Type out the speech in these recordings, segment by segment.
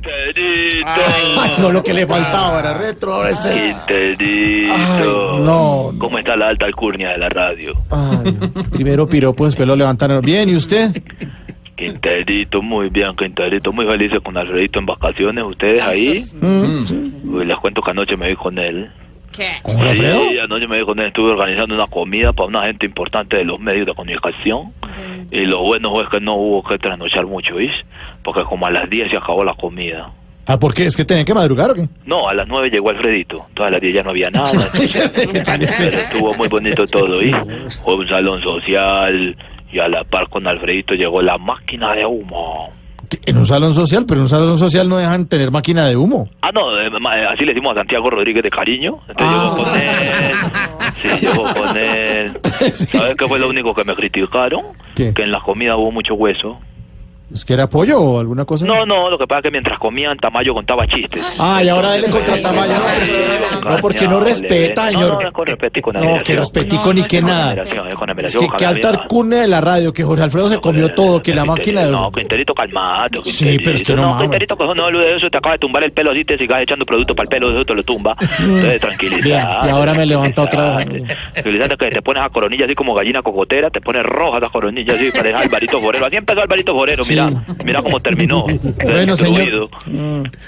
Quiterito, Ay, no, lo que le faltaba era retro, ahora es el- Ay, Quiterito. no. no. ¿Cómo está la alta alcurnia de la radio? Ay, no. Primero piropo, después lo levantaron. Bien, ¿y usted? Quinterito, muy bien, Quinterito, muy felices con Alfredito en vacaciones, ustedes ahí. Mm. Uy, les cuento que anoche me vi con él. ¿Qué? ¿Con Alfredo? Sí, anoche me vi con él, estuve organizando una comida para una gente importante de los medios de comunicación. Y lo bueno fue que no hubo que trasnochar mucho, ¿viste? Porque como a las 10 se acabó la comida. Ah, ¿por qué? ¿Es que tenían que madrugar o qué? No, a las 9 llegó Alfredito, entonces a las 10 ya no había nada. entonces- Tan Pero espe- estuvo muy bonito todo, ¿y? Fue un salón social y a la par con Alfredito llegó la máquina de humo. en un salón social, pero en un salón social no dejan tener máquina de humo. Ah, no, eh, ma- eh, así le decimos a Santiago Rodríguez de cariño. Entonces llegó con él. Sí, llegó con él. Ah. Sí. ¿Sabes qué fue lo único que me criticaron? ¿Qué? Que en la comida hubo mucho hueso. ¿Es que era pollo o alguna cosa? No, no, lo que pasa es que mientras comían, Tamayo contaba chistes. Ah, y ahora dele contra Tamayo. No, pero es que- no, porque no respeta, No, no, señor. es con respeto y con No, admiración. que respetico No, ni no es que con nada. Admiración, es con Ah. Es admiración, que, que ojalá alta vieja. alcurnia de la radio, que Jorge Alfredo se comió todo, que la máquina de No, humo. Quinterito, calmado. Sí, pero es que no mames. Quinterito, que no hablo de eso, te acaba de tumbar el pelo así, te sigas echando producto para el pelo, eso te lo tumba. Entonces, tranquilidad. Ya, y ahora me levanta otra vez. Tranquilidad, que te pones a coronilla así como gallina cocotera, te pones roja la coronilla así, parece Alvarito Forero. Así empezó Alvarito Forero, Sí. mira, mira cómo terminó. Bueno, señor. Destruido.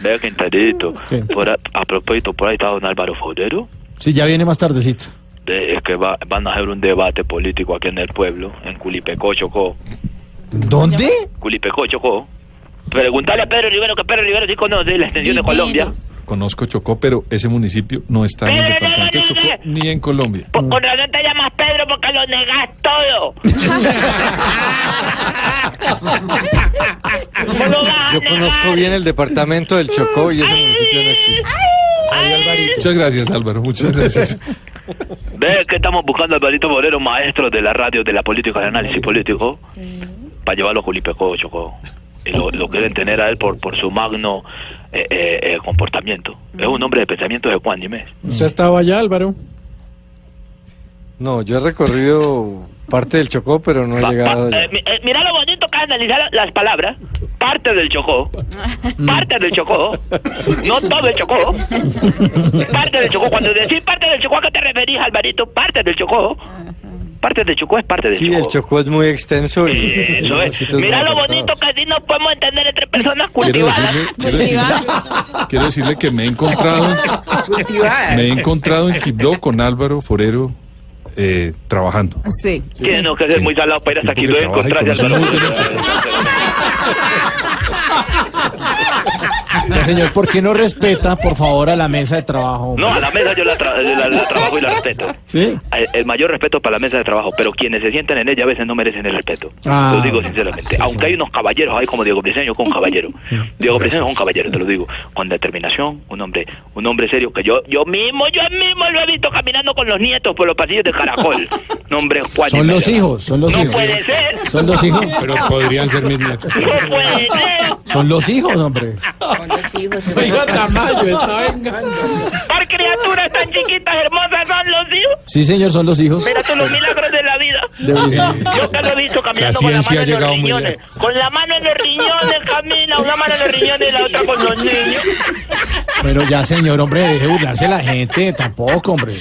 Vea, Quinterito, ¿Qué? por a, a propósito, por ahí está don Álvaro Forero. Sí, ya viene más tardecito. de- es que va- van a hacer un debate político aquí en el pueblo, en Culipecó, Chocó. ¿Dónde? Culipecó, Chocó. Preguntale a Pedro Rivero, que Pedro Rivero sí conoce la extensión de Colombia. Conozco Chocó, pero ese municipio no está en el departamento de Chocó ni en Colombia. Por, Pues, con razón te llamas Pedro porque lo negas todo. ¿Cómo lo vas a Yo conozco negar? bien el departamento del Chocó y ese municipio no existe. Muchas gracias, Álvaro. Muchas gracias. ¿Ves que estamos buscando a Alvarito Moreno, maestro de la radio, de la política, de análisis político? Para llevarlo a Culipecó, Chocó. Y lo, lo quieren tener a él por, por su magno eh, eh, eh, comportamiento. Es un hombre de pensamientos ecuánimes. ¿Usted estaba allá, Álvaro? No, yo he recorrido parte del Chocó, pero no he Pa- llegado pa- allá. eh, mi- eh, mira lo bonito que es analizar las palabras. Parte del Chocó. Parte del Chocó. No todo el Chocó. Parte del Chocó. Cuando decís parte del Chocó, ¿a qué te referís, Alvarito? Parte del Chocó. Parte del Chocó es parte del Sí, Chocó. el Chocó es muy extenso. Y, y Eso los es. sitios Mira muy lo bonito apartados. que así nos podemos entender entre personas Quiero cultivadas. decirle, quiero decirle, quiero decirle que me he encontrado, me he encontrado en Quibdó con Álvaro Forero eh, trabajando. Sí. Tiene no que ser Sí. muy salado para ir hasta aquí. Lo Tipo que trabaja y encontrarse, conoce Alvarito. No, señor, ¿por qué no respeta, por favor, a la mesa de trabajo? No, a la mesa yo la, tra- la- la trabajo y la respeto. ¿Sí? el, eh, el mayor respeto para la mesa de trabajo, pero quienes se sientan en ella a veces no merecen el respeto. Ah. lo digo sinceramente. Aunque hay unos caballeros ahí como Diego Briseño, con caballero. Diego Briseño es un caballero, te lo digo. Con determinación, un hombre, un hombre serio que yo, yo mismo, yo mismo lo he visto caminando con los nietos por los pasillos de Caracol. Un hombre Juan. Son los hijos, son los No hijos. puede ser. Son los hijos. Pero podrían ser mis nietos. No puede ser. Son los hijos, hombre. Oiga, Tamayo, estaba engando. Por criaturas tan chiquitas, hermosas son los hijos. Sí, señor, son los hijos. Mira tú los milagros de la vida. De Briseño. Yo que lo he visto caminando La con la mano ciencia ha en los llegado muy riñones. lejos. Con la mano en los riñones camina, una mano en los riñones y la otra con los niños. Pero ya, señor, hombre, deje burlarse la gente, tampoco, hombre.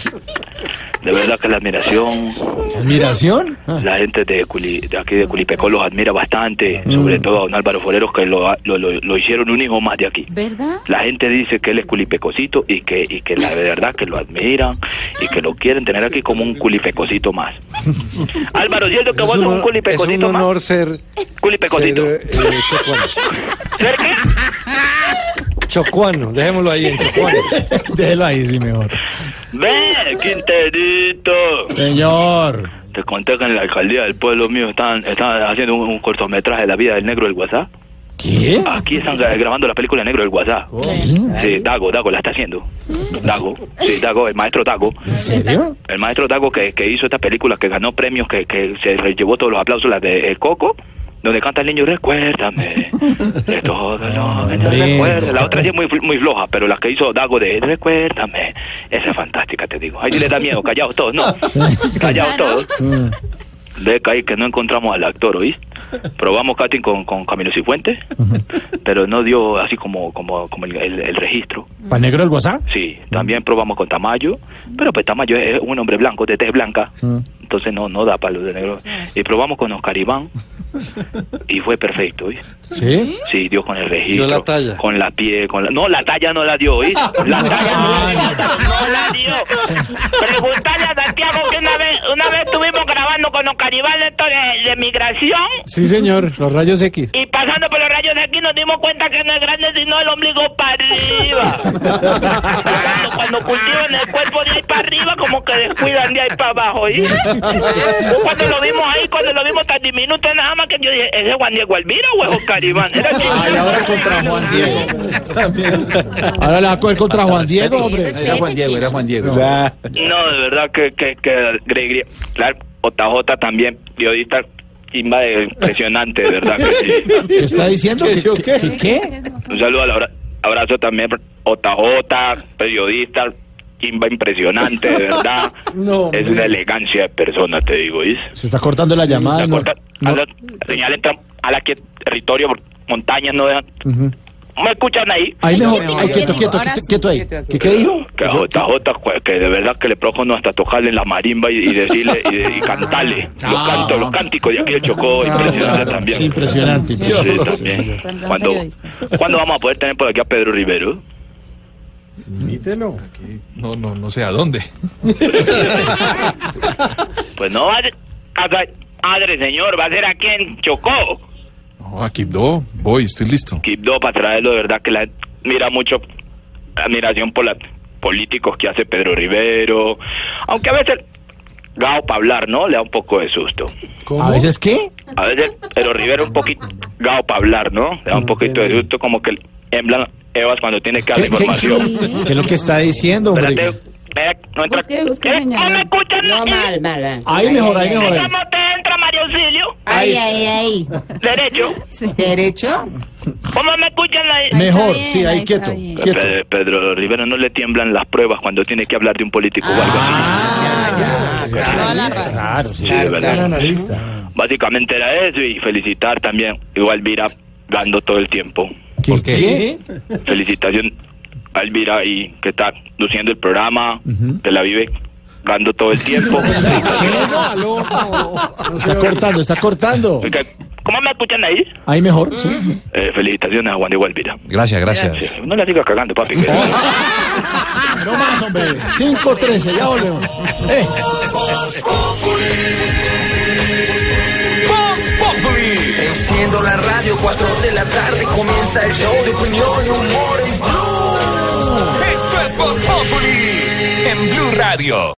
De verdad que la admiración, ¿Admiración? Ah, la gente de, Culi- de aquí de Culipecó los admira bastante, sobre todo a don Álvaro Foreros que lo, lo, lo- lo hicieron un hijo más de aquí. ¿Verdad? La gente dice que él es culipecosito y que, y que la de verdad que lo admiran y que lo quieren tener aquí como un culipecosito más. Álvaro, ¿cierto que Es vos un, sos un honor- es un culipecosito honor más? ser, ser Culipecosito. eh, chocuano. ¿Ser qué? Chocuano, dejémoslo ahí en chocuano. déjelo ahí, sí, mejor. Ve, Quinterito. Señor. Te conté que en la alcaldía del pueblo mío están, están haciendo un, un cortometraje de la vida del negro del WhatsApp. ¿Qué? Aquí están gra- grabando la película en negro del WhatsApp. Ah, Oh. Sí, Dago, Dago la está haciendo. Dago, sí, Dago, el maestro Dago. ¿En serio? El maestro Dago que, que hizo esta película, que ganó premios, que, que se llevó todos los aplausos, la de El Coco, donde canta el niño, recuérdame de todo lo que te Hombre. recuerdo". La otra sí es muy, fl- muy floja, pero la que hizo Dago de recuérdame, esa es fantástica, te digo. Ahí sí le da miedo, callados todos, no. Callados todos. Ve que ahí que no encontramos al actor, ¿oíste? Probamos casting con, con Camilo Cifuentes, pero no dio así como, como, como el- el- el registro. ¿Para negro el WhatsApp? Sí, también probamos con Tamayo, pero pues Tamayo es un hombre blanco, de tez blanca, entonces no, no da palo de negro. Y probamos con Oscar Iván y fue perfecto, ¿oí? Sí. Sí, dio con el registro. Dio la talla. Con la piel, con la... No, la talla no la dio, ¿oí? La talla no la dio. No la dio. Preguntale a Santiago que una vez, una vez estuvimos grabando con Oscar Iván esto de, de migración Sí, señor. Los rayos X. y pasando por los rayos de aquí nos dimos cuenta que no es grande sino el ombligo para arriba. Cuando, cuando cultivan el cuerpo de ahí para arriba como que descuidan de ahí para abajo. ¿sí? Yo Cuando lo vimos ahí, cuando lo vimos tan diminuto nada más que yo dije, ¿ese es Juan Diego Alvira o es Oscar Iván? Era que- Ay, ahora contra Juan Diego. Ahora le va a coger contra Juan Diego, hombre. Era Juan Diego, era Juan Diego. O sea, No, de verdad que, que, que Gregory, claro, JJ también, periodista, chimba de- impresionante, de verdad que sí. ¿qué está diciendo? ¿Qué? ¿Qué? ¿Qué? qué? Un saludo al abra- abrazo también, JJ, periodista, chimba impresionante, de verdad. No, es una elegancia de persona, te digo, ¿is? Se está cortando la llamada. La no- corta- a la, señal entra a la que territorio, por- montañas no dejan. ¿Me escuchan ahí? Ahí Ay, mejor. quieto, Ay, quieto, quieto, quieto, ahora quieto, sí. quieto ahí. Quieto, ¿Qué, qué dijo? Que JJ, pues, que de verdad que le procono hasta tocarle la marimba y, y decirle y, de- y cantarle los Ah. cantos, los cánticos de aquí de Chocó, impresionante también. Sí, impresionante. Sí, impresionante. también. ¿Cuándo, cuándo vamos a poder tener por aquí a Pedro Rivero? Invítelo. No, no, no sé a dónde. Pues no, va a ser- acá- madre señor, va a ser aquí en Chocó. No, a Quibdó, voy, estoy listo. Quibdó para traerlo, de verdad que la mira mucho admiración por los políticos que hace Pedro Rivero, aunque a veces Gao para hablar, ¿no? Le da un poco de susto. ¿A veces qué? A veces Pedro Rivero un poquito gao para hablar, ¿no? Le da un poquito de susto como que emblan Evas cuando tiene que dar ¿Qué, la qué, información. qué- qué es lo que está diciendo, hombre? Espérate, espera, no entra. Busque, busque, ¿Eh? señora. ¿No me escuchan? No, mal, mal. mal. Ahí mejor, ahí mejor. ahí. ¿Cómo te entra Mario Auxilio? Ahí, ahí, ahí. Derecho. ¿Derecho? ¿Cómo me escuchan ahí? Mejor, bien, sí, ahí ahí está quieto, bien. quieto. Pe- Pedro Rivero no le tiemblan las pruebas cuando tiene que hablar de un político o algo así. Ah, ya, Toda la claro, razón. claro, sí, Claro, claro, claro. analista. Básicamente era eso y felicitar también. Igual Vira dando todo el tiempo. ¿Qué, qué? felicitación a Elvira y que está luciendo el programa, que la vive dando todo el tiempo. Venga, loco. Está cortando, está cortando. Que- ¿Cómo me escuchan ahí? Ahí mejor, sí. Eh, felicitaciones a Juan Diego Elvira. Gracias, gracias. No la sigas cagando, papi. que- No más, hombre. 5-13, ya volvemos. Eh, Enciendo la radio, 4 de la tarde comienza el show de opinión y humor en Blue. Esto es Voz Populi en Blue Radio.